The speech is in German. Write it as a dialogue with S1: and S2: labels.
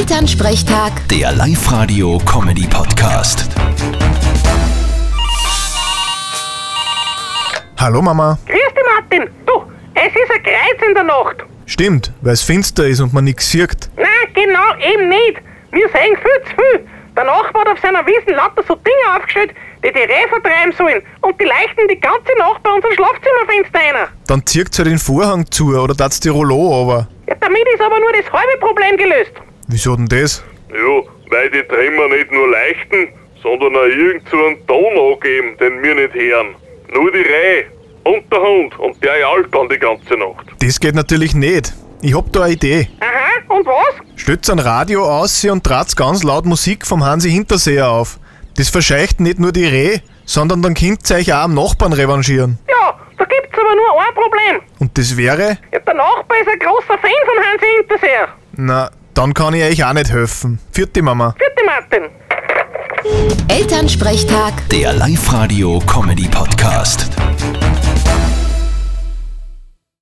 S1: Elternsprechtag,
S2: Der Live-Radio-Comedy-Podcast.
S3: Hallo Mama.
S4: Grüß dich, Martin. Du, es ist ein Kreuz in der Nacht.
S3: Stimmt, weil es finster ist und man nichts sieht.
S4: Nein, genau eben nicht. Wir sehen viel zu viel. Der Nachbar hat auf seiner Wiesen lauter so Dinge aufgestellt, die die Rehe vertreiben sollen. Und die leuchten die ganze Nacht bei unserem Schlafzimmerfenster rein.
S3: Dann zieht ja den Vorhang zu oder tat's die Rollo aber.
S4: Ja, damit ist aber nur das halbe Problem gelöst.
S3: Wieso denn das?
S5: Ja, weil die Trimmer nicht nur leichten, sondern auch irgend so einen Ton angeben, den wir nicht hören. Nur die Reihe und der Hund und der jault dann die ganze Nacht.
S3: Das geht natürlich nicht. Ich hab da eine Idee.
S4: Aha, und was?
S3: Stellt ein Radio aus und trat's ganz laut Musik vom Hansi Hinterseher auf. Das verscheucht nicht nur die Reh, sondern dann könnt ihr euch auch am Nachbarn revanchieren.
S4: Ja, da gibt's aber nur ein Problem.
S3: Und das wäre?
S4: Ja, der Nachbar ist ein großer Fan von Hansi Hinterseher.
S3: Na, dann kann ich euch auch nicht helfen. Vierte Mama.
S4: Vierte Martin.
S1: Elternsprechtag.
S2: Der Live-Radio-Comedy-Podcast.